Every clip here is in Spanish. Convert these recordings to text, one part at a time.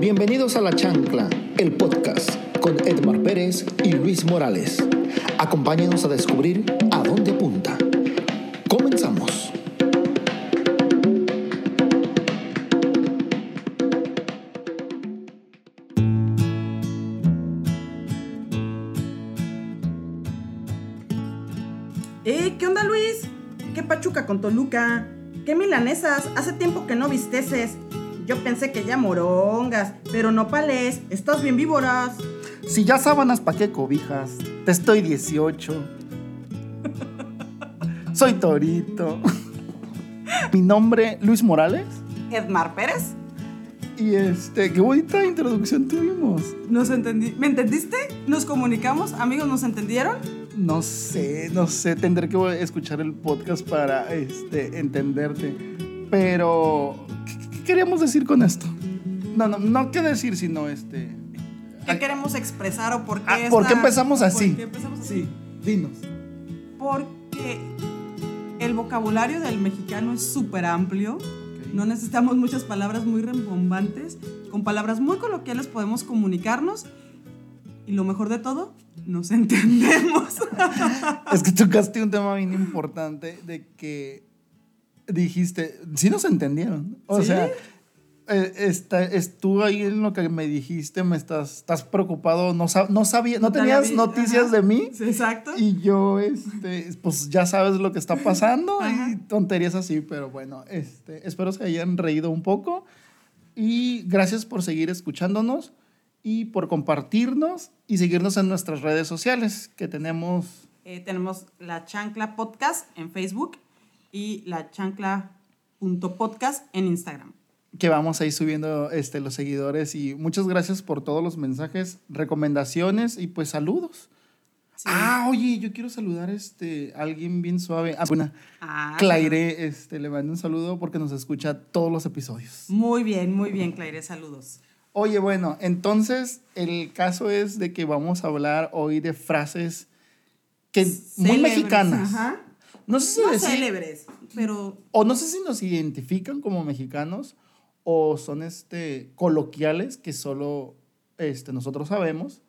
Bienvenidos a La Chancla, el podcast con Edmar Pérez y Luis Morales. Acompáñenos a descubrir a dónde apunta. Comenzamos. ¡Eh! ¿Qué onda, Luis? ¿Qué pachuca con Toluca? ¿Qué milanesas? Hace tiempo que no visteces. Yo pensé que ya morongas, pero nopales, estás bien víboras. Si ya sábanas, ¿pa' qué cobijas? Te estoy 18. Soy Torito. Mi nombre, Luis Morales. ¿Edmar Pérez? Y este, qué bonita introducción tuvimos. Nos entendí. ¿Me entendiste? ¿Nos comunicamos? Amigos, ¿nos entendieron? No sé, no sé, tendré que escuchar el podcast para este, entenderte. Pero, ¿qué, qué queríamos decir con esto? No, no, no qué decir, sino este... ¿Qué queremos expresar o por qué Ah, ¿por qué esta- empezamos así? ¿Por qué empezamos así? dinos. Porque el vocabulario del mexicano es súper amplio. No necesitamos muchas palabras muy rembombantes. Con palabras muy coloquiales podemos comunicarnos. Y lo mejor de todo, nos entendemos. Es que tocaste un tema bien importante de que dijiste, sí nos entendieron. O ¿Sí? sea, eh, está, estuvo ahí en lo que me dijiste, me estás, estás preocupado, no, sab- no sabía, no, No te tenías había vi- noticias ajá. de mí. Sí, Exacto. Y yo, este, pues ya sabes lo que está pasando y Ajá. tonterías así, pero bueno, este, espero se hayan reído un poco y gracias por seguir escuchándonos y por compartirnos y seguirnos en nuestras redes sociales que tenemos Eh, tenemos la chancla podcast en Facebook y la chancla.podcast en Instagram. que vamos a ir subiendo este, los seguidores y muchas gracias por todos los mensajes, recomendaciones y pues saludos. Sí. Ah, oye, yo quiero saludar este, a alguien bien suave. Ah, bueno, Ah, Claire, este, le mando un saludo porque nos escucha todos los episodios. Muy bien, muy bien, Claire. Saludos. Oye, bueno, entonces el caso es de que vamos a hablar hoy de frases que muy Célebres, mexicanas. Ajá. No sé si No Pues decir- célebres, pero o no sé si nos identifican como mexicanos o son este, coloquiales que solo este, nosotros sabemos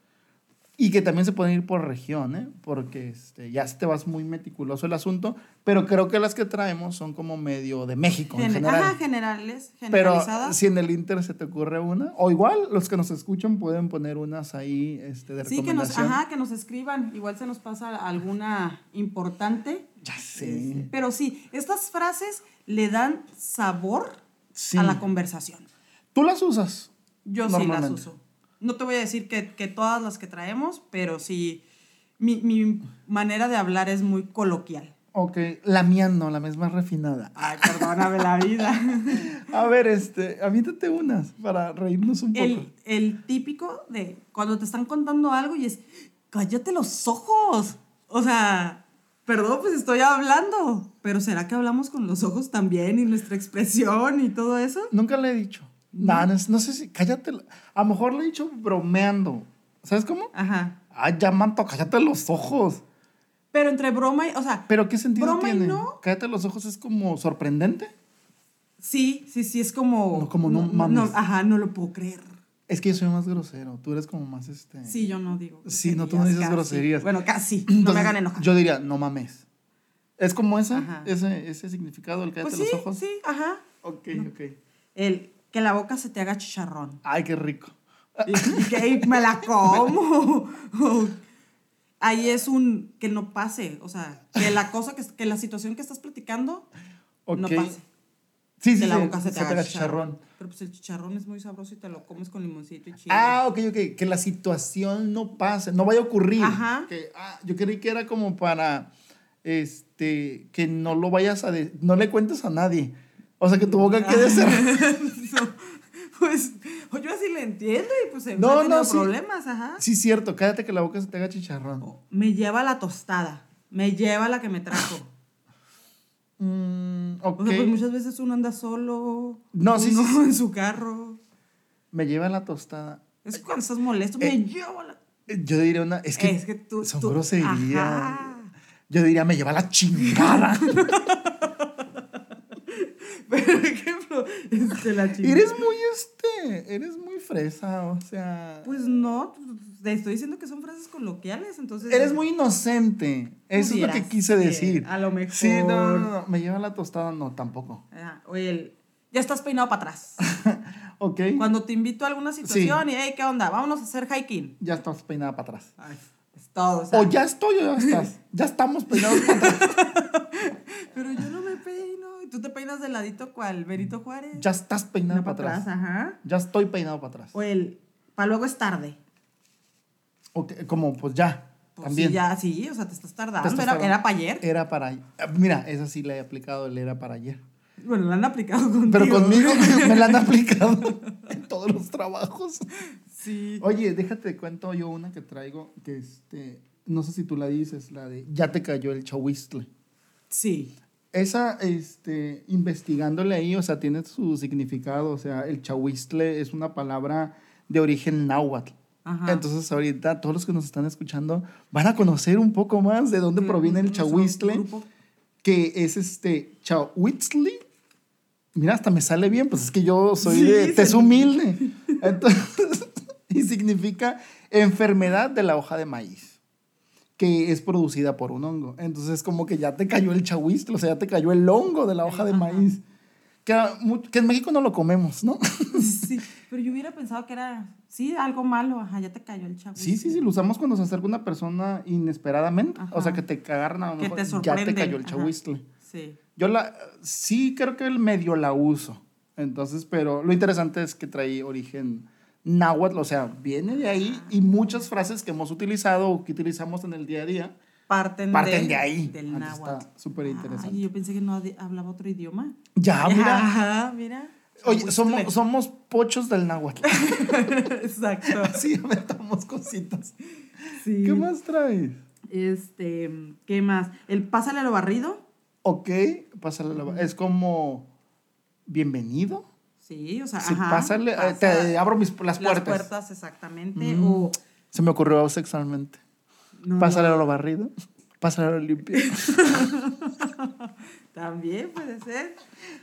y que también se pueden ir por región, ¿eh? porque este, ya te vas muy meticuloso el asunto, pero creo que las que traemos son como medio de México en Gene- general. Ajá, generales, Pero generalizadas. si en el Inter se te ocurre una, o igual los que nos escuchan pueden poner unas ahí este, de sí, que nos, recomendación. ajá, que nos escriban. Igual se nos pasa alguna importante. Este, Ya sé. Pero sí, estas frases le dan sabor Sí. a la conversación. ¿Tú las usas? Yo sí las Normalmente. uso. No te voy a decir que, que todas las que traemos, pero sí, mi, mi manera de hablar es muy coloquial. Ok, la mía no, la mía es más refinada. Ay, perdóname la vida. A ver, este, aviéntate unas para reírnos un poco. El, el típico de cuando te están contando algo y es, cállate los ojos. O sea, perdón, pues estoy hablando, pero ¿será que hablamos con los ojos también y nuestra expresión y todo eso? Nunca le he dicho. No, no, no sé si, cállate. la- A lo mejor le he dicho bromeando. ¿Sabes cómo? Ajá. Ay, ya, manto, cállate los ojos. Pero entre broma y, o sea, Pero ¿qué sentido Broma y tiene? no. Cállate los ojos es como sorprendente. sí, sí, sí, es como... No, como no mames. ajá, no lo puedo creer. Es que yo soy más grosero. Tú eres como más este. Sí, yo no digo. Sí, no, tú no groserías, dices casi. groserías. Bueno, casi. no me Entonces, hagan enojar. Yo diría, no mames. Es como ese, Ajá. ese, ese significado, el cállate pues sí, los ojos. sí, ajá. Ok, ok. El que la boca se te haga chicharrón. Ay, qué rico. Y, y que ahí me la como. Ahí es un que no pase, o sea, que la cosa que, que la situación que estás platicando Ok. no pase. Sí, sí, que la sí, boca se, te haga chicharrón. chicharrón. Pero pues el chicharrón es muy sabroso y te lo comes con limoncito y chile. Ah, ok, ok. Que la situación no pase, no vaya a ocurrir. Ajá. Que, ah, yo creí que era como para este que no lo vayas a de- no le cuentes a nadie. O sea que tu boca Ah. quede cerrada. No, pues yo así le entiendo y pues he No, no, no, sí. problemas, ajá. Sí, cierto, cállate que la boca se te haga chicharrón. Me lleva la tostada, me lleva la que me trajo. Mm, ok. O sea, pues muchas veces uno anda solo, No, sí, uno sí, sí. en su carro. Me lleva la tostada. Es cuando estás molesto, me lleva la Eh, Yo diría una. Es que, Es que tú- son tú- groserías. ajá. Yo diría, me lleva la chingada. Pero, por ejemplo, este, la chica. Eres muy este, eres muy fresa, o sea. Pues no, te estoy diciendo que son frases coloquiales, entonces. Eres muy inocente. Eso es lo que Pudieras quise ser, decir. a lo mejor. Sí, no, no, no, no, Me lleva la tostada, no, tampoco. Ajá, o el, ya estás peinado para atrás. Ok. Cuando te invito a alguna situación y, hey, ¿qué onda? Vámonos a hacer hiking. Ya estás peinada para atrás. Ay, es todo. o sea, o ya estoy o ya estás. Ya estamos peinados para atrás. Pero yo no me peino. Y tú te peinas de ladito cual, Berito Juárez. Ya estás peinado No, ah. para atrás. Ajá. Ya estoy peinado para atrás. O el, para luego es tarde. Ok, como pues ya. Pues también. sí, ya, sí, o sea, te estás tardando. Te estás era, tardando. era para ayer. Era para. ah, Mira, esa sí la he aplicado, el era para ayer. Bueno, la han aplicado contigo. Pero conmigo me la han aplicado en todos los trabajos. Sí. Oye, déjate cuento yo una que traigo que este. No sé si tú la dices, la de ya te cayó el chahuistle. Sí. Esa, este, investigándole ahí, o sea, tiene su significado. O sea, el chahuistle es una palabra de origen náhuatl. Ajá. Entonces, ahorita todos los que nos están escuchando van a conocer un poco más de dónde proviene el Nuestro chahuistle. grupo. que es este Chahuitzli. Mira, hasta me sale bien, pues es que yo soy Sí, de se- tez humilde. Entonces, y significa enfermedad de la hoja de maíz, que es producida por un hongo. Entonces, como que ya te cayó el chahuistle, o sea, ya te cayó el hongo de la hoja de Ajá. maíz. Que, a mu- que en México no lo comemos, ¿no? Sí, pero yo hubiera pensado que era, sí, algo malo. Ajá, ya te cayó el chavo. Sí, sí, sí, lo usamos cuando se acerca una persona inesperadamente. O Ajá. sea, que te cagaron a lo Que mejor. te ya te sorprenden, cayó el ajá. chahuistle. Sí. Yo la sí creo que el medio la uso. Entonces, pero lo interesante es que trae origen náhuatl, o sea, viene de ahí y muchas frases que hemos utilizado o que utilizamos en el día a día Parten, parten de ahí. Ah, Del Entonces, náhuatl. Está súper interesante. Ay, yo pensé que no hadi- hablaba otro idioma. Ya, Ah, mira. Ajá, mira. Oye, somos, somos pochos del náhuatl. Exacto. Así inventamos cositas. Sí. ¿Qué más traes? Este, ¿qué más? El pásale a lo barrido. Ok, pásale la... Es como... Bienvenido. Sí, o sea, Sí, ajá. pásale, eh, te pasa abro mis, las, las puertas. puertas, exactamente. Mm. O, Se me ocurrió sexualmente. no, Pásale a lo barrido, pásale a lo limpio. También puede ser.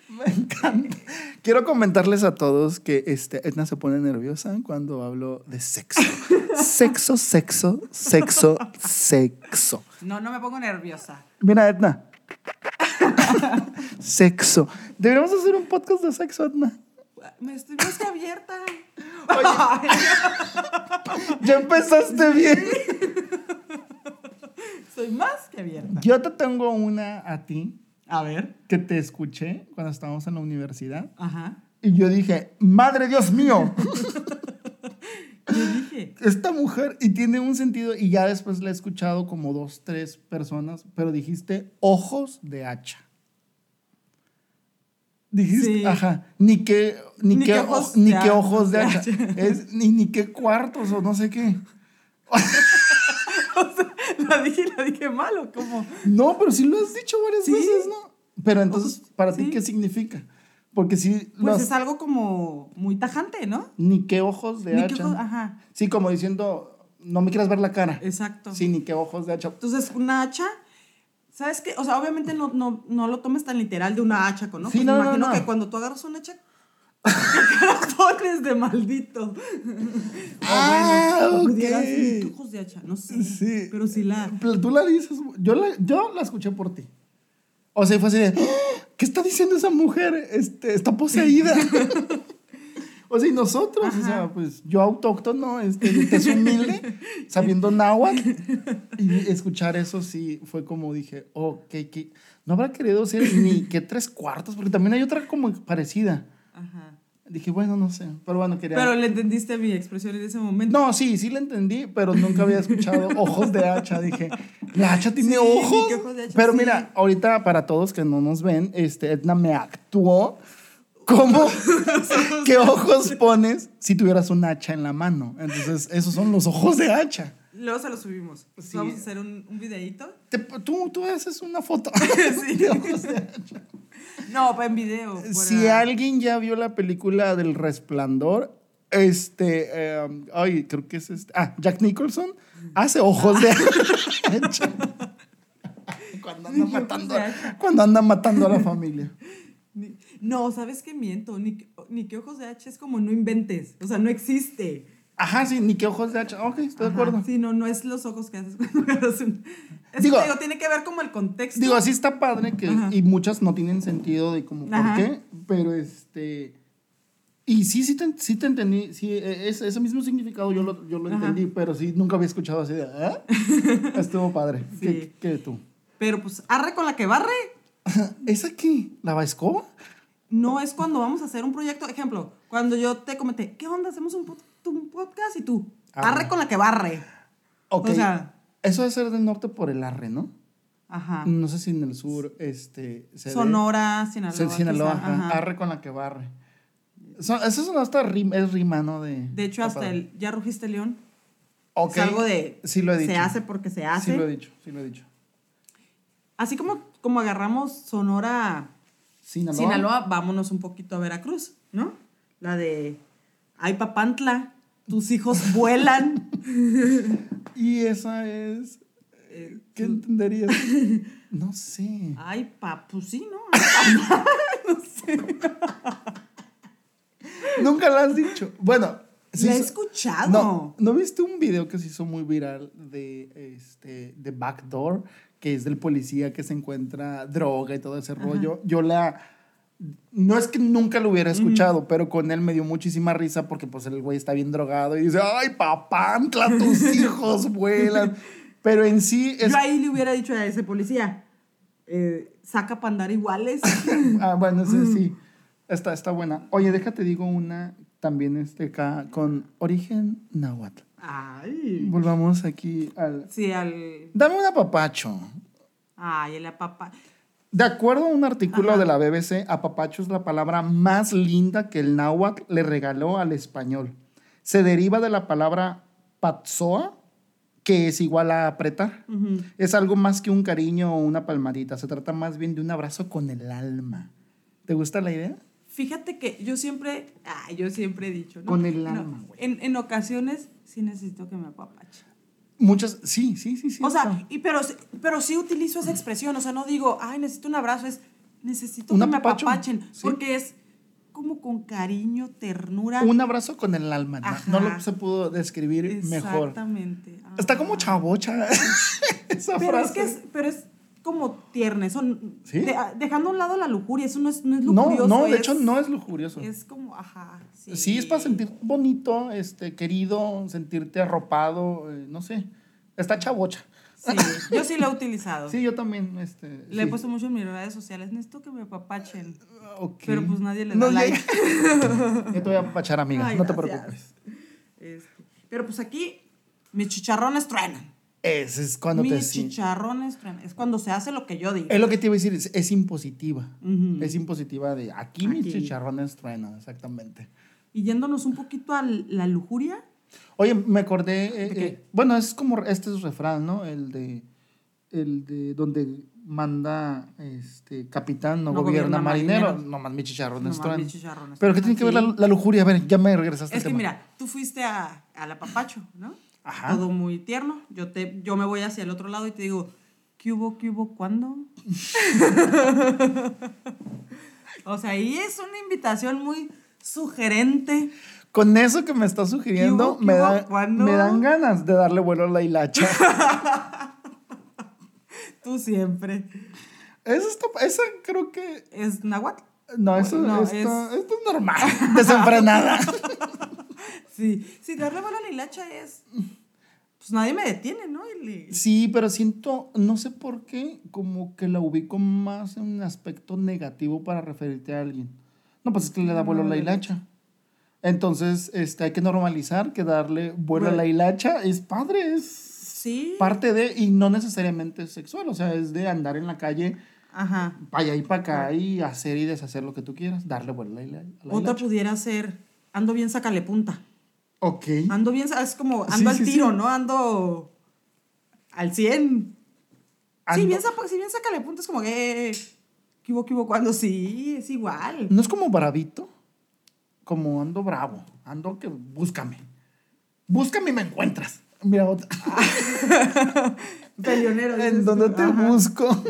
Me encanta. Quiero comentarles a todos que este, Edna se pone nerviosa cuando hablo de sexo. Sexo, sexo, sexo, sexo. No, no me pongo nerviosa. Mira, Edna. Sexo. Deberíamos hacer un podcast de sexo, Edna. Me estoy más que abierta. Ya empezaste bien. Soy más que abierta. Yo te tengo una a ti A ver. que te escuché cuando estábamos en la universidad Ajá. y yo dije, madre Dios mío. Yo dije. esta mujer y tiene un sentido y ya después la he escuchado como dos, tres personas, pero dijiste ojos de hacha. Dijiste, Sí. ajá, ni que ni, Ni que, que o- ojos ni de que ha- ojos de de hacha, hacha. Es, ni, ni que cuartos o no sé qué. O sea, la dije, la dije mal o cómo. Pues No, pero sí lo has dicho varias Sí. veces, ¿no? Pero entonces, Ojos- ¿para ti sí. qué significa? Porque sí, Pues las- es algo como muy tajante, ¿no? ni que ojos de Ni que hacha. ojo- ajá. Sí, como diciendo, no me quieras ver la cara. Exacto. Sí, ni que ojos de hacha. Entonces, una hacha, ¿sabes qué? O sea, obviamente no, no, no lo tomes tan literal de una hacha, ¿no? Sí, Pues no, me no, imagino no. que cuando tú agarras una hacha, ¿qué cara pones de maldito? Ah, o ok. pudieras decir, "Qué ojos de hacha, no sé. Sí. Pero si la... Pero Tú la dices, yo la, yo la escuché por ti. O sea, fue así de, "Ah, ¿qué está diciendo esa mujer? Este, está poseída. o sea, y nosotros, o sea, pues yo autóctono, este, de tez humilde, sabiendo náhuatl, y escuchar eso sí fue como dije, ok, que no habrá querido ser ni que tres cuartos, porque también hay otra como parecida. Ajá. Dije, bueno, no sé, pero bueno, quería... Pero le entendiste mi expresión en ese momento. No, sí, sí la entendí, pero nunca había escuchado ojos de hacha. Dije, ¿la hacha Sí, tiene ojos? ¿qué ojos de hacha? Pero Sí. mira, ahorita para todos que no nos ven, este, Edna me actuó como qué ojos pones si tuvieras un hacha en la mano. Entonces, esos son los ojos de hacha. Luego se lo subimos. Sí. Vamos a hacer un, un videíto. Te- tú, tú haces una foto Sí. de ojos de hacha. No, pa- en video. fuera- Si alguien ya vio la película del resplandor, este, eh, ay, creo que es este, ah, Jack Nicholson hace ojos de hacha. cuando anda Ojos de matando, hacha. cuando anda matando a la familia. Ni- No, ¿sabes qué miento? Ni, que- ni que ojos de H es como no inventes. O sea, no existe. Ajá, sí, ni que ojos de hacha. Ok, estoy Ajá, de acuerdo. Sí, no, no es los ojos que haces cuando agarras un- Es Digo- que te digo, tiene que ver como el contexto. Digo, así está padre que, Ajá. y muchas no tienen sentido de como Ajá. por qué, pero este... Y sí, sí te, sí te entendí, sí, e- es, ese mismo significado yo lo, yo lo Ajá. entendí, pero sí, nunca había escuchado así de, ¿eh? Estuvo padre. Sí. ¿Qué, qué tú? Pero pues, arre con la que barre. ¿Es aquí la escoba? No es cuando vamos a hacer un proyecto. Ejemplo, cuando yo te comenté, ¿qué onda? Hacemos un, pod- un podcast y tú, Ah. arre con la que barre. Ok. O sea- Eso debe ser del norte por el arre, ¿no? Ajá. No sé si en el sur, este... se dé- Sonora, Sinaloa. se- Sinaloa, quizá, ajá. ajá. arre con la que barre. Son- eso son hasta rim- es rima, ¿no? De, De hecho, está hasta padre. el ya rugiste león. Ok. Es algo de Sí lo he dicho. se hace porque se hace. Sí lo he dicho, sí lo he dicho. Así como, como agarramos Sonora, Sinaloa. Sinaloa, vámonos un poquito a Veracruz, ¿no? La de Ay Papantla, tus hijos vuelan. Y esa es. Eh, ¿Qué entenderías? no sé. Ay, pa, pues sí, ¿no? Nunca la has dicho. Bueno. sí La he hizo- escuchado. No, ¿no viste un video que se hizo muy viral de, este, de Backdoor? Que es del policía que se encuentra droga y todo ese rollo. Yo la... No es que nunca lo Mm. hubiera escuchado, pero con él me dio muchísima risa porque pues el güey está bien drogado y dice, ay, papantla, tus hijos vuelan. Pero en sí es... Yo ahí le hubiera dicho a ese policía, eh, saca para andar iguales. Ah, bueno, sí, sí. Está, está buena. Oye, déjate, digo una también este acá con origen náhuatl. Ay. Volvamos aquí al... Sí, al... Dame un apapacho. Ay, el papá. De acuerdo a un artículo de la BBC, apapacho es la palabra más linda que el náhuatl le regaló al español. Se deriva de la palabra patzoa, que es igual a apretar. Es algo más que un cariño o una palmadita. Se trata más bien de un abrazo con el alma. ¿Te gusta la idea? Fíjate que yo siempre, ay, yo siempre he dicho, ¿no? Con el No, alma, güey. en, en ocasiones sí necesito que me apapache. Muchas, sí, sí, sí, sí. o sea, y, pero, sí- pero sí utilizo esa expresión, o sea, no digo, ay, necesito un abrazo, es necesito Un que me apapacho, apapachen, sí. porque es como con cariño, ternura. un abrazo con el alma. ¿no? Ajá. No, lo se pudo describir mejor. Exactamente. Está como chavo chavocha esa Pero frase. es que es, pero es como tierna, eso n- ¿Sí? de- a- dejando a un lado la lujuria, eso no es, no es No, lujurioso. no, de es- hecho no es lujurioso. Es como, ajá, sí. Sí, es para sentir bonito, este, querido, sentirte arropado, eh, no sé. Está chavocha. Sí, yo sí lo he utilizado. Sí, yo también, este. Le he puesto mucho en mis redes sociales, necesito que me apapachen. Ok. pero pues nadie le da like. llega. yo te voy a apachar, amiga, Ay, no te gracias. preocupes. Este, pero pues aquí mis chicharrones truenan. Ese es cuando te mis sientes. chicharrones truenan. Es cuando se hace lo que yo digo. Es lo que te iba a decir, es, es impositiva. Ujú. Es impositiva de aquí, mis Aquí. chicharrones truenan, exactamente. Y yéndonos un poquito a la lujuria. Oye, me acordé, eh, ¿De qué? eh, bueno, es como, este es refrán, ¿no? El de, el de donde manda este capitán, no, No gobierna, gobierna marinero. marinero. Nomás mi chicharrón Nomás es trueno. mis chicharrones Pero ¿qué tiene truenan, que ver la, sí. la lujuria? A ver, ya me regresaste Es que al Este tema. mira, tú fuiste a, a la papacho, ¿no? Ajá. Todo muy tierno. Yo, te, yo me voy hacia el otro lado y te digo, ¿qué hubo, qué hubo, cuándo? o sea, y es una invitación muy sugerente. Con eso que me estás ¿Qué sugiriendo, hubo? ¿Qué me, hubo? da- ¿Cuándo? me dan ganas de darle vuelo a la hilacha. Tú siempre. eso está, esa creo que... Es náhuatl. No, eso No, está- esto es normal, desenfrenada. Sí. Si darle bola a la hilacha es. Pues nadie me detiene, ¿no? Y le- Sí, pero siento, no sé por qué, como que la ubico más en un aspecto negativo para referirte a alguien. No, pues es que le da vuelo a la hilacha. Entonces, este, hay que normalizar que darle vuelo a la hilacha es padre, es Sí. parte de, y no necesariamente es sexual, o sea, es de andar en la calle, Ajá. para allá y para acá, y hacer y deshacer lo que tú quieras, darle vuelo a la, hila- a la Otra hilacha. pudiera ser. Ando bien, sácale punta. Ok. Ando bien, es como Sí, ando al sí, sí. tiro, ¿no? Ando al 100. Si Ando- bien, sapa- si bien sácale punta, es como que. "Eh, ¿Qué hubo, qué hubo, cuándo? Sí, es igual. No es como bravito, como ando bravo, ando que búscame. Búscame y me encuentras. Mira otra. Peleonero. dices ¿En dónde tú. te Ajá. busco?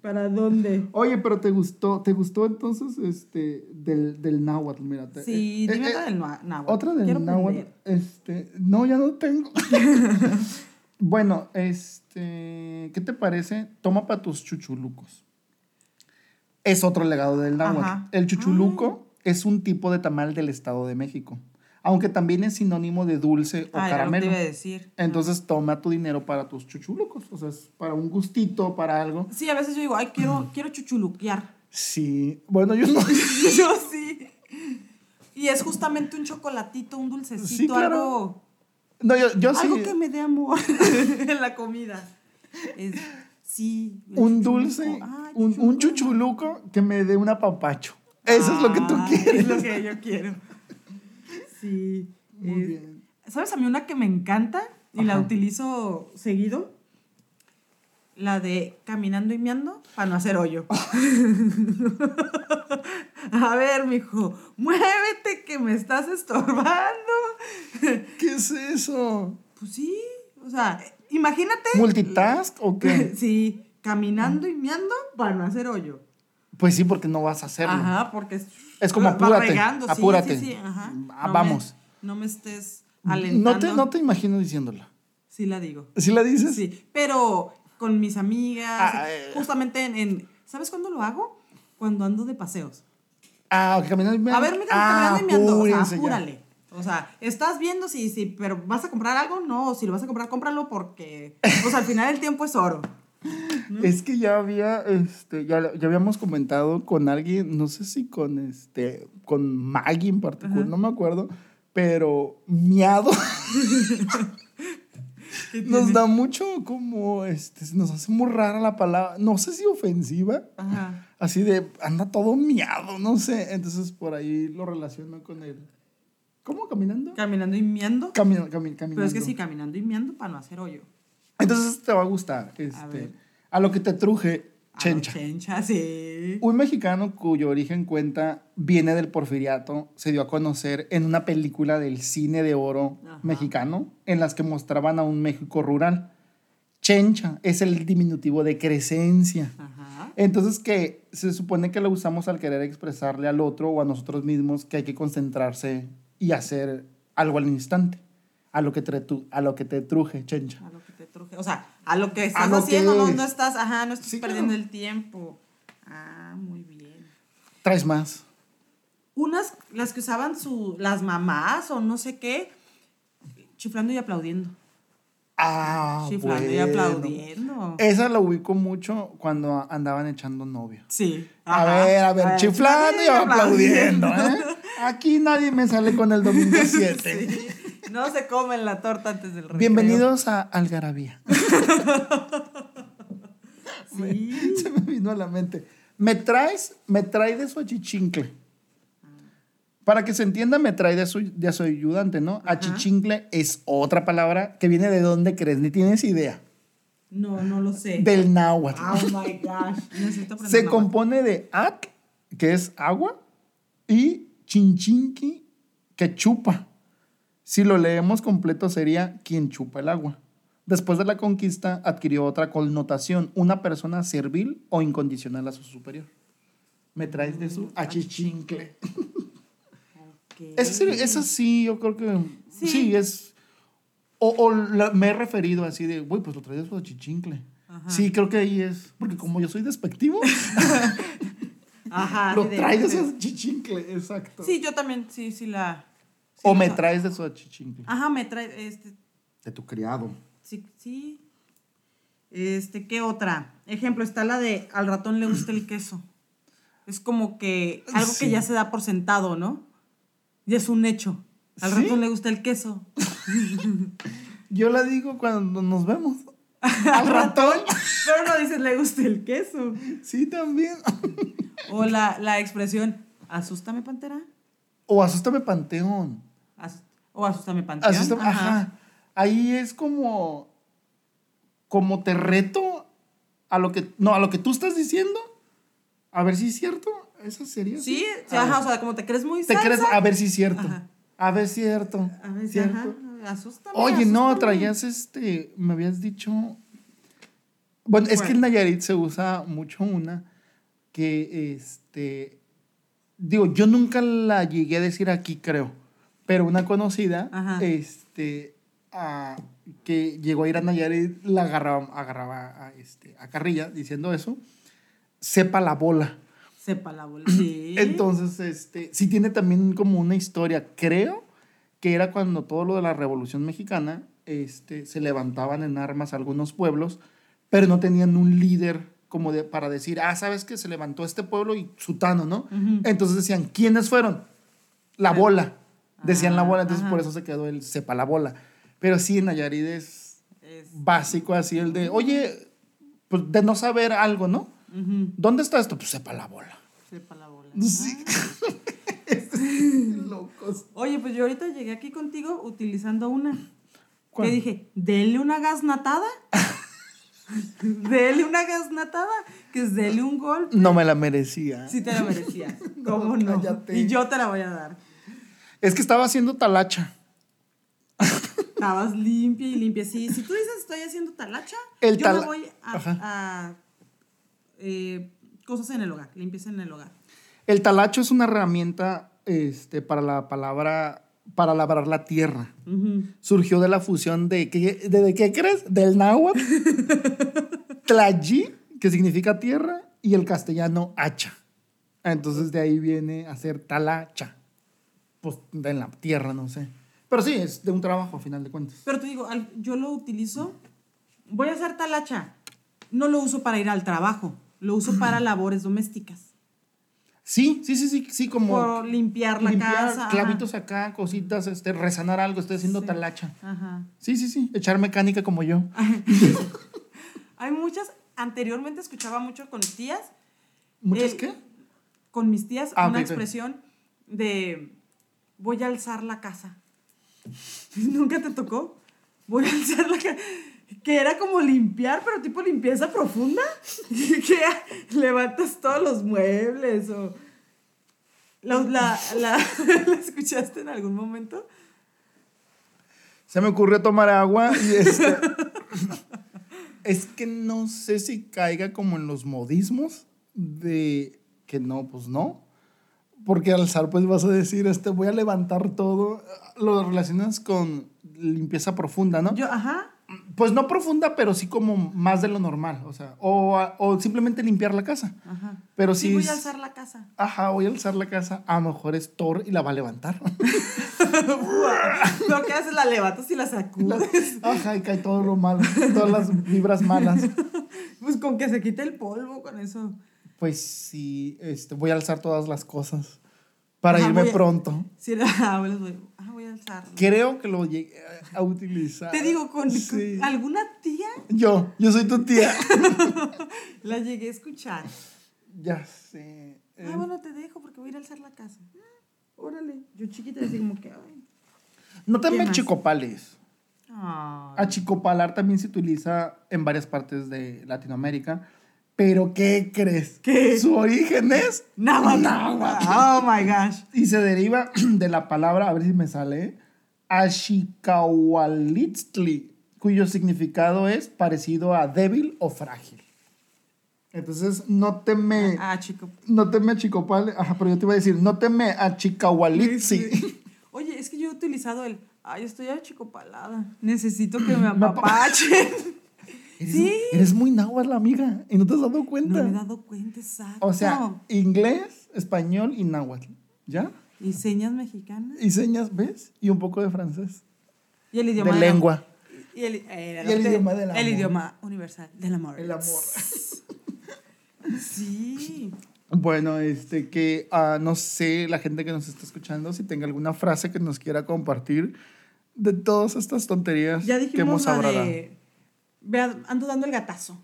¿Para dónde? Oye, pero te gustó, te gustó entonces este del, del náhuatl, mira. te- Sí, eh, dime eh, otra del nua- náhuatl. Otra Quiero del náhuatl. aprender. Este, no, ya no tengo. bueno, este, ¿qué te parece? Toma para tus chuchulucos. Es otro legado del náhuatl. Ajá. Ah. El chuchuluco es un tipo de tamal del Estado de México, aunque también es sinónimo de dulce o Ah, era lo que te caramelo. iba a decir. Entonces toma tu dinero para tus chuchulucos, o sea, es para un gustito, para algo. Sí, a veces yo digo, ay, Mm. quiero, quiero chuchuluquear. Sí, bueno, yo no. yo sí. Y es justamente un chocolatito, un dulcecito, Sí, claro. algo, No, yo, yo sí. algo que me dé amor en la comida. Es- sí. el un chuchuluco. dulce, Ay, un, chuchuluco. un chuchuluco que me dé un apapacho. Eso es lo que tú Ah, quieres. Es lo que yo quiero. Sí. Muy es- bien. ¿Sabes a mí una que me encanta y la Ajá. utilizo seguido? La de caminando y meando para no hacer hoyo. a ver, mijo, muévete que me estás estorbando. ¿Qué es eso? Pues sí, o sea, imagínate. ¿Multitask o Pues, qué? Sí, caminando y meando para no hacer hoyo. Pues sí, porque no vas a hacerlo. Ajá, porque es, Es como va apúrate, regando, sí, apúrate. sí, sí, ajá. Ah, No vamos. me- no me estés alentando. No te, no te imagino diciéndola. Sí la digo. ¿Sí la dices? Sí, pero con mis amigas, Ah, eh. justamente en, en- ¿sabes cuándo lo hago? Cuando ando de paseos. Ah, caminando y meando. A ver, mira, Ah, caminando y meando, o sea, apúrense ya. apúrale. O sea, estás viendo si, si, pero vas a comprar algo, no, si lo vas a comprar, cómpralo porque, o sea, al final el tiempo es oro. Es que ya había, este, ya, ya habíamos comentado con alguien, no sé si con este, con Maggie en particular, no me acuerdo, pero miado nos da mucho como, este, se nos hace muy rara la palabra, no sé si ofensiva, Ajá. así de, anda todo miado, no sé, entonces por ahí lo relaciono con el, ¿cómo? ¿Caminando? Caminando y meando. Camino, cami- caminando. Pero es que sí, caminando y meando para no hacer hoyo. Entonces te va a gustar, este, a, ver. lo que te truje, A lo chencha. Chencha, sí. Un mexicano cuyo origen cuenta viene del porfiriato se dio a conocer en una película del cine de oro Ajá. mexicano en las que mostraban a un México rural. Chencha es el diminutivo de crecencia. Ajá. Entonces que se supone que lo usamos al querer expresarle al otro o a nosotros mismos que hay que concentrarse y hacer algo al instante, a lo que te, tu- a lo que te truje, chencha. A lo que te truje. O sea, a lo que estás lo haciendo, que no, es. no estás, ajá, no estás Sí, perdiendo claro. el tiempo. Ah, muy bien. Traes más. Unas, las que usaban su, las mamás o no sé qué, chiflando y aplaudiendo. Ah, chiflando y bueno. Eh, aplaudiendo. Esa la ubico mucho cuando andaban echando novia. sí. A ajá. ver, a ver, chiflando y aplaudiendo, aplaudiendo. ¿eh? Aquí nadie me sale con el domingo 7. Sí. No se comen la torta antes del recreo. Bienvenidos a Algarabía. Sí. Se me vino a la mente. Me traes, me trae de su achichincle. Para que se entienda, me trae de su, de su ayudante, ¿no? Achichincle es otra palabra que viene de dónde crees, ni tienes idea. No, no lo sé. Del náhuatl. Oh my gosh. Necesito aprender. Se náhuatl. compone de ac, que es agua, y chinchinqui, que chupa. Si lo leemos completo sería quien chupa el agua. Después de la conquista adquirió otra connotación, una persona servil o incondicional a su superior. Me traes de Ah, su achichincle. Ok. Esa sí, esa sí, yo creo que sí, Sí. es... O, o la- me he referido así de, güey, pues lo traes de su achichincle. Ajá. Sí, creo que ahí es, porque como yo soy despectivo... Ajá. Lo sí, de- traes de de- su achichincle, exacto. Sí, yo también, sí, sí la. sí o la me sa- traes de su achichincle. Ajá, me trae. Este, De tu criado. sí, sí. Este, ¿qué otra? Ejemplo, está la de al ratón le gusta el queso. Es como que algo Sí. que ya se da por sentado, ¿no? Y es un hecho. Al ¿Sí? ratón le gusta el queso. Yo la digo cuando nos vemos. Al ratón. Pero no dices le gusta el queso. Sí, también. O la, la expresión, asústame pantera. O asústame panteón. As- o asústame pantera. Asústame, ajá. Ahí es como como te reto a lo que no, a lo que tú estás diciendo. A ver si es cierto. Esa sería. Sí, así? sí, A ajá, ver. o sea, como te crees muy te salsa. crees a ver si es cierto. Ajá. A ver si es cierto. A ver, sí, ¿Cierto? ajá, asústame. Oye, no, asústame. traías este, me habías dicho Bueno, es que en Nayarit se usa mucho una que, este, digo, yo nunca la llegué a decir aquí, creo, pero una conocida, Ajá. este, a- que llegó a ir a Nayarit, la agarraba, agarraba a, este, a carrilla diciendo eso, sepa la bola. Sepa la bola. Sí. Entonces, este, sí tiene también como una historia, creo, que era cuando todo lo de la Revolución Mexicana, este, se levantaban en armas algunos pueblos, pero no tenían un líder como de, para decir, ah, ¿sabes que Se levantó este pueblo y sutano, ¿no? Ujú. Entonces decían, ¿quiénes fueron? La Claro. bola. Decían la Ah, bola, entonces ajá. por eso se quedó el sepa la bola. Pero sí, en Nayarit es Es- básico así el de, oye, pues de no saber algo, ¿no? ujú, ¿Dónde está esto? Pues sepa la bola. Sepa la bola. Sí. Locos. Oye, pues yo ahorita llegué aquí contigo utilizando una. ¿Cuál? Que dije, dele una gasnatada. dele una gasnatada, que es dele un gol. No me la merecía. Si te la merecías. No, ¿Cómo no? cállate. Y yo te la voy a dar. Es que estaba haciendo talacha. Estabas limpia y limpia. Sí, si tú dices estoy haciendo talacha, El yo tala- me voy Ajá. a, a, eh, cosas en el hogar, limpieza en el hogar. El talacho es una herramienta este, para la palabra, para labrar la tierra. Ujú. Surgió de la fusión de, ¿qué- de, de qué crees? Del náhuatl, tlayi, que significa tierra, y el castellano hacha. Entonces de ahí viene a ser talacha. Pues de la tierra, no sé. Pero sí, es de un trabajo a final de cuentas. Pero te digo, al- yo lo utilizo, voy a hacer talacha. No lo uso para ir al trabajo, lo uso para labores domésticas. Sí, sí, sí, sí, sí, como Por limpiar la limpiar casa. ajá. clavitos acá, cositas, este, resanar algo, estoy haciendo Sí. talacha. Ajá. Sí, sí, sí, echar mecánica como yo. Hay muchas, anteriormente escuchaba mucho con tías, ¿Muchas Eh, qué? con mis tías, Ah, una ok, ok. expresión de voy a alzar la casa. Nunca te tocó. Voy a alzar la casa. Que era como limpiar, pero tipo limpieza profunda. que levantas todos los muebles o... ¿La, la, la, ¿la escuchaste en algún momento? Se me ocurrió tomar agua y este... es que no sé si caiga como en los modismos de que no, pues no. Porque alzar, pues vas a decir, este, voy a levantar todo. Lo relacionas con limpieza profunda, ¿no? Yo, ajá. Pues no profunda, pero sí como más de lo normal. O sea, o, o simplemente limpiar la casa. Ajá. Pero Sí, sí voy es- a alzar la casa. Ajá, voy a alzar la casa. A lo mejor es Thor y la va a levantar. Lo que haces la levantas y la La- sacudes. Ajá, y cae todo lo malo. Todas las vibras malas. Pues con que se quite el polvo, con eso. Pues sí, este, voy a alzar todas las cosas para Ajá, irme voy a- pronto. Sí, ah, bueno, voy, ah, voy a alzar. Creo que lo llegué a utilizar. Te digo, con, con Sí. alguna tía Yo, yo soy tu tía. la llegué a escuchar. ya sé. eh, Ah, bueno, te dejo porque voy a ir a alzar la casa. Ah, órale. Yo chiquita decía como que, ay. No ¿qué también más? chicopales. Ay. Achicopalar también se utiliza en varias partes de Latinoamérica. Pero ¿qué crees? ¿Qué? Su origen es Náhuatl. náhuatl. Oh my gosh. Y se deriva de la palabra, a ver si me sale, ¿eh? Ashikahualitztli, cuyo significado es parecido a débil o frágil. Entonces, no te me, Ah, chico. no te me achicopale, ajá, pero yo te iba a decir, no te me achicahualitzi. Sí. Oye, es que yo he utilizado el, ay, estoy achicopalada. Necesito que me apa- apapachen. Eres, Sí. eres muy náhuatl, amiga, y no te has dado cuenta. No me he dado cuenta, exacto. o sea, inglés, español y náhuatl, ¿ya? Y señas mexicanas. Y señas, ¿ves? Y un poco de francés. Y el De idioma. la- lengua. Y el, eh, Y el de- idioma del amor. El idioma universal del amor. El amor. Sí. Bueno, este que ah, no sé la gente que nos está escuchando si tenga alguna frase que nos quiera compartir de todas estas tonterías Ya que hemos dijimos la hablado. de... Vea, ando dando el gatazo.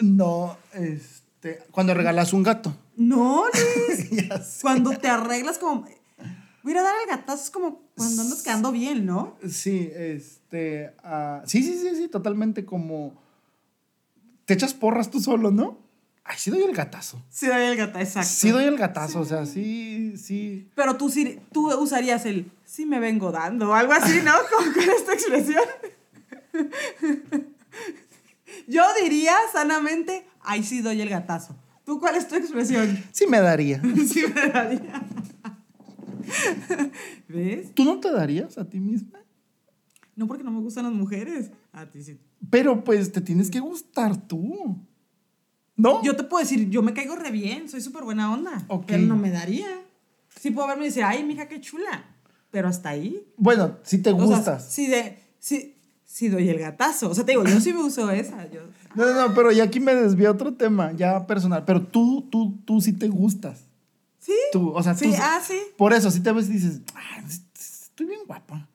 No, este, cuando regalas un gato. No, Luis. Ya sé. cuando te arreglas como... Voy a ir a dar el gatazo, es como cuando andas quedando bien, ¿no? Sí, este, ah, sí, sí, sí, sí, totalmente como te echas porras tú solo, ¿no? Ay, sí doy el gatazo. Sí, doy el gatazo, exacto. Sí doy el gatazo, o sea, sí, sí. Pero tú, sí- tú usarías el sí me vengo dando o algo así, ¿no? Como con esta expresión. Yo diría sanamente, ahí sí doy el gatazo. ¿Tú cuál es tu expresión? Sí me daría. Sí me daría. ¿Ves? ¿Tú no te darías a ti misma? No porque no me gustan las mujeres. A ti sí. Pero pues te tienes que gustar tú. ¿No? Yo te puedo decir, yo me caigo re bien, soy súper buena onda. Ok. Pero no me daría. Sí puedo verme y decir, ay, mija, qué chula. Pero hasta ahí. Bueno, si te O sea, gustas. si de, si, si doy el gatazo. O sea, te digo, yo sí me uso esa. Yo, No, no, no, pero ya aquí me desvié a otro tema, ya personal. Pero tú, tú, tú sí te gustas. sí. Tú, o sea, Sí, tú. ah, sí. Por eso, si te ves y dices, "Ay, estoy bien guapa.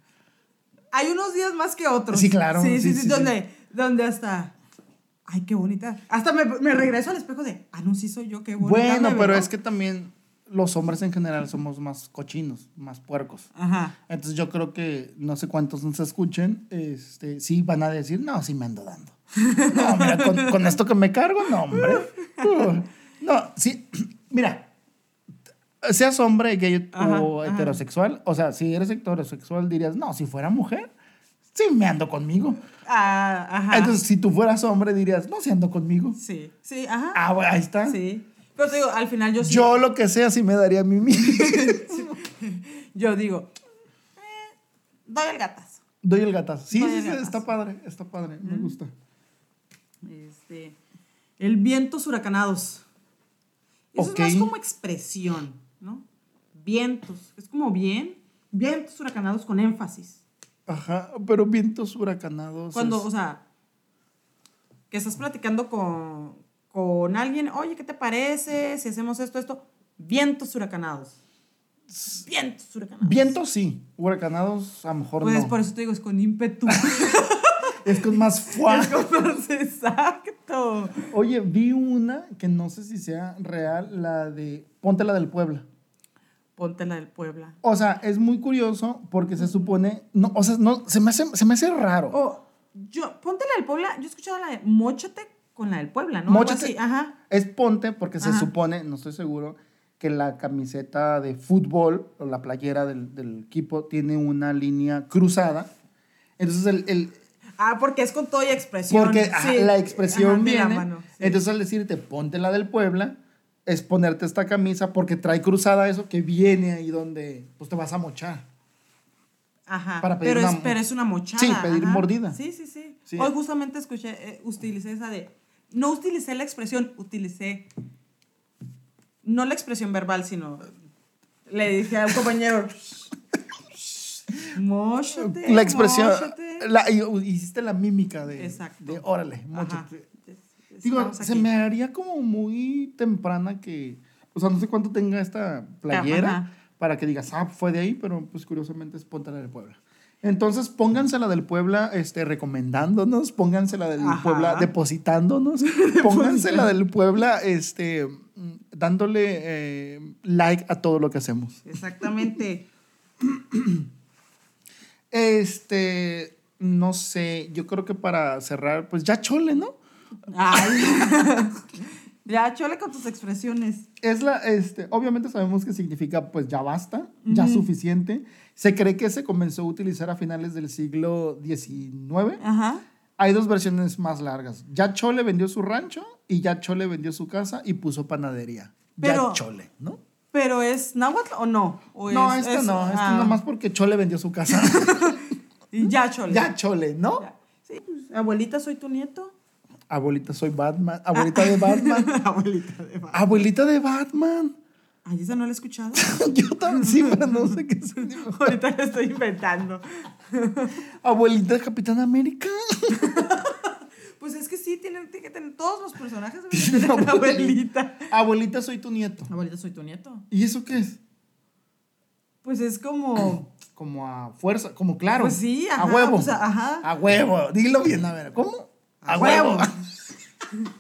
Hay unos días más que otros. Sí, claro, Sí, sí, sí, sí. sí, donde, donde hasta. Ay, qué bonita. Hasta me, me regreso al espejo de, ah, no, sí soy yo, qué bonita. Bueno, me pero veo". es que también los hombres en general somos más cochinos, más puercos. Ajá. Entonces yo creo que no sé cuántos nos escuchen, este, sí van a decir, no, sí me ando dando. No, mira, con, con esto que me cargo, no, hombre. Uh, no, sí, mira, seas hombre, gay Ajá, o ajá. heterosexual, o sea, si eres heterosexual dirías, no, si fuera mujer, sí me ando conmigo. Ah, ajá. Entonces, si tú fueras hombre dirías, no, si ando conmigo. Sí, sí, ajá. Ah, bueno, ahí está. Sí. Pero te digo, al final yo sí. Yo lo que sea, sí me daría a mí mismo. yo digo, eh, doy el gatazo. Doy el gatazo. Sí, Doy sí, el sí, gatazo. está padre, está padre, me gusta. Este, el vientos huracanados. Eso Ok. es más como expresión, ¿no? Vientos. Es como bien. Vientos huracanados con énfasis. Ajá, pero vientos huracanados. Cuando, es- o sea, que estás platicando con, con alguien, oye, ¿qué te parece? Si hacemos esto, esto. Vientos huracanados. Vientos huracanados. Vientos sí, huracanados a lo mejor Pues no. por eso te digo, es con ímpetu. Es con más fuerza. Entonces, Exacto. Oye, vi una que no sé si sea real, la de Ponte la del Puebla. Ponte la del Puebla. O sea, es muy curioso porque se supone, no, o sea, no, se me hace, se me hace raro. O yo, ponte la del Puebla. Yo he escuchado la de Móchate con la del Puebla, ¿no? Algo Móchate. así, Ajá. Es ponte porque se Ajá. supone, no estoy seguro, que la camiseta de fútbol o la playera del, del equipo tiene una línea cruzada. Entonces, el, el- Ah, porque es con toda y expresión. porque Sí. ajá, la expresión Ajá, de la viene. mano, sí. Entonces, al decirte ponte la del Puebla, es ponerte esta camisa porque trae cruzada eso que viene ahí donde pues, te vas a mochar. Ajá. Para pedir pero, una es, mo- pero es una mochada. Sí, pedir ajá. mordida. Sí, sí, sí, Sí. Hoy justamente escuché, eh, utilicé esa de. No utilicé la expresión, utilicé. No la expresión verbal, sino. Le dije a un compañero. Móchate. La expresión, móchate". la- y- hiciste la mímica de, Exacto. de órale, Ajá. móchate. Es- Digo, estamos se aquí. me haría como muy temprana que, o sea, no sé cuánto tenga esta playera Ajá. para que digas, ah, fue de ahí, pero pues curiosamente es ponte la del Puebla. Entonces, póngansela del Puebla este, recomendándonos, póngansela del Ajá. Puebla depositándonos, póngansela del Puebla este, mm, dándole eh, like a todo lo que hacemos. Exactamente. Este, no sé, yo creo que para cerrar, pues ya chole, ¿no? Ay. ya, chole con tus expresiones. Es la, este, obviamente sabemos que significa pues ya basta, ya suficiente. Se cree que se comenzó a utilizar a finales del siglo XIX. Ajá. Hay dos versiones más largas. Ya Chole vendió su rancho y ya Chole vendió su casa y puso panadería. ya Pero- Chole, ¿no? ¿Pero es náhuatl o no? ¿O no, es- esta es- no, esta ah, nomás porque Chole vendió su casa. Y ya, chole. ya Chole, ¿no? Ya. Sí, pues, abuelita, soy tu nieto. Abuelita, soy Batman. Abuelita de Batman. abuelita de va. Abuelita de Batman. Ay, esa no la he escuchado. Yo también, sí, pero no sé qué significa. Ahorita la estoy inventando. Abuelita de Capitán América. Pues es que sí, tienen, tienen que tener todos los personajes. deben de tener una abuelita. Abuelita, soy tu nieto. Abuelita, soy tu nieto. ¿Y eso qué es? Pues es como. Como a fuerza, como claro. Pues sí, ajá, a huevo. Ah, pues, ajá. A huevo. Dilo bien, a ver, ¿cómo? A, A huevo. huevo.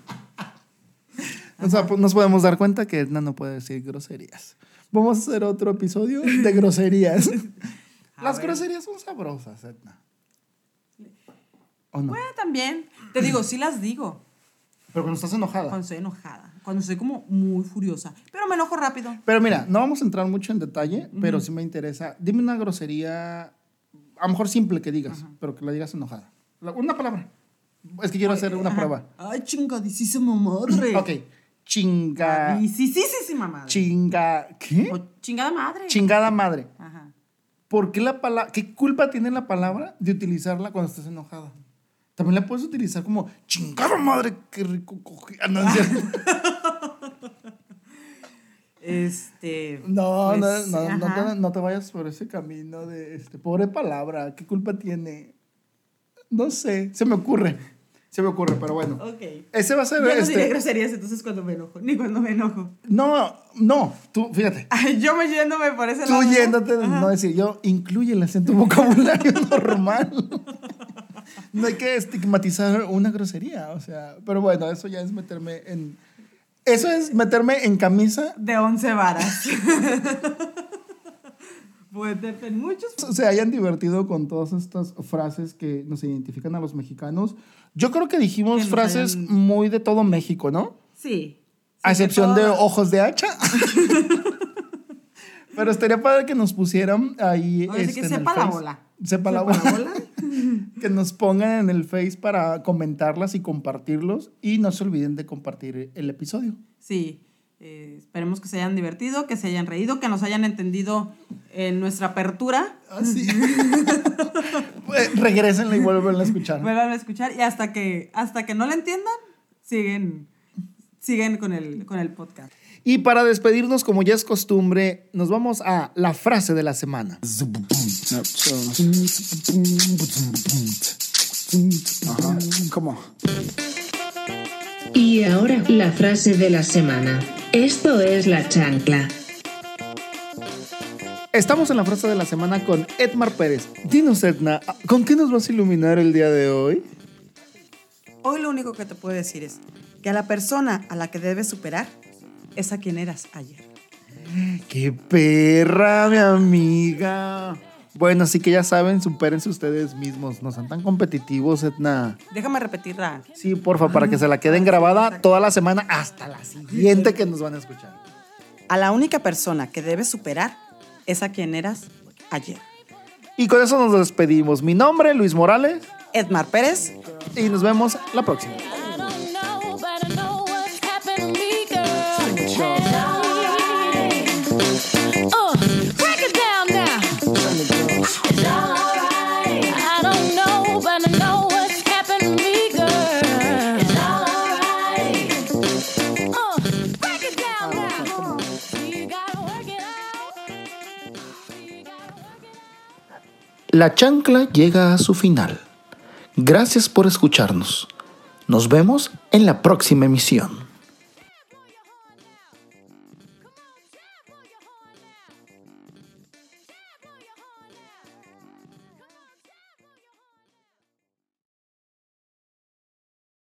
O sea, pues, nos podemos dar cuenta que Edna no puede decir groserías. Vamos a hacer otro episodio de groserías. A Las ver. groserías son sabrosas, Edna. ¿O no? Bueno, también. Te digo, sí las digo. Pero cuando estás enojada. Cuando estoy enojada. Cuando estoy como muy furiosa. Pero me enojo rápido. Pero mira, no vamos a entrar mucho en detalle, pero sí me interesa. Dime una grosería, a lo mejor simple que digas, pero que la digas enojada. La- Una palabra. Es que quiero hacer una Ajá. prueba. Ay, chingadísima madre. Ok. Chinga. Y sí, sí, sí, sí, mamá. Chinga. ¿Qué? O chingada madre. Chingada madre. Ajá. ¿Por qué la palabra, qué culpa tiene la palabra de utilizarla cuando estás enojada? También la puedes utilizar como chingada madre, qué rico cogí. Ah, No, es cierto. Este. no, no, pues, no, no ajá. te, no te vayas por ese camino de este, pobre palabra, qué culpa tiene. No sé, se me ocurre, se me ocurre, pero bueno. Ok. Ese va a Yo ser no este- diré groserías entonces cuando me enojo, ni cuando me enojo. No, no, tú, fíjate. Ay, yo me yéndome por ese Tú lado. yéndote, no decir yo, incluyelas en tu vocabulario normal. No hay que estigmatizar una grosería, o sea, pero bueno, eso ya es meterme en... Eso es meterme en camisa, De once varas. pues de muchos. se hayan divertido con todas estas frases que nos identifican a los mexicanos. Yo creo que dijimos Que nos frases hayan- muy de todo México, ¿no? Sí. A Sí, excepción de todo- ojos de hacha. Pero estaría padre que nos pusieran ahí. este, Ahora sí que en el sepa la Face. bola. Sepa la Sepa la bola. que nos pongan en el Face para comentarlas y compartirlos. Y no se olviden de compartir el episodio. Sí. Eh, esperemos que se hayan divertido, que se hayan reído, que nos hayan entendido en nuestra apertura. Así. Eh, Regrésenla y vuelven a escuchar. Vuelvan a escuchar y hasta que, hasta que no la entiendan, siguen, siguen con, el, con el podcast. Y para despedirnos, como ya es costumbre, nos vamos a la frase de la semana. Ajá, come on. Y ahora la frase de la semana. Esto es la chancla. Estamos en la frase de la semana con Edmar Pérez. Dinos, Edna, ¿con qué nos vas a iluminar el día de hoy? Hoy lo único que te puedo decir es que a la persona a la que debes superar es a quien eras ayer. ¡Qué perra, mi amiga! Bueno, así que ya saben, supérense ustedes mismos. No sean tan competitivos, Edna. Déjame repetirla. Sí, porfa, para que se la queden grabada toda la semana hasta la siguiente que nos van a escuchar. A la única persona que debes superar es a quien eras ayer. Y con eso nos despedimos. Mi nombre, Luis Morales, Edmar Pérez. y nos vemos la próxima. I don't know, but I know what's happened to me, girl. Uh, break it down now. I don't know, but I know what's happened to me, girl. Uh, break it down now. You gotta work it out. You gotta work it out. La chancla llega a su final. Gracias por escucharnos. Nos vemos en la próxima emisión.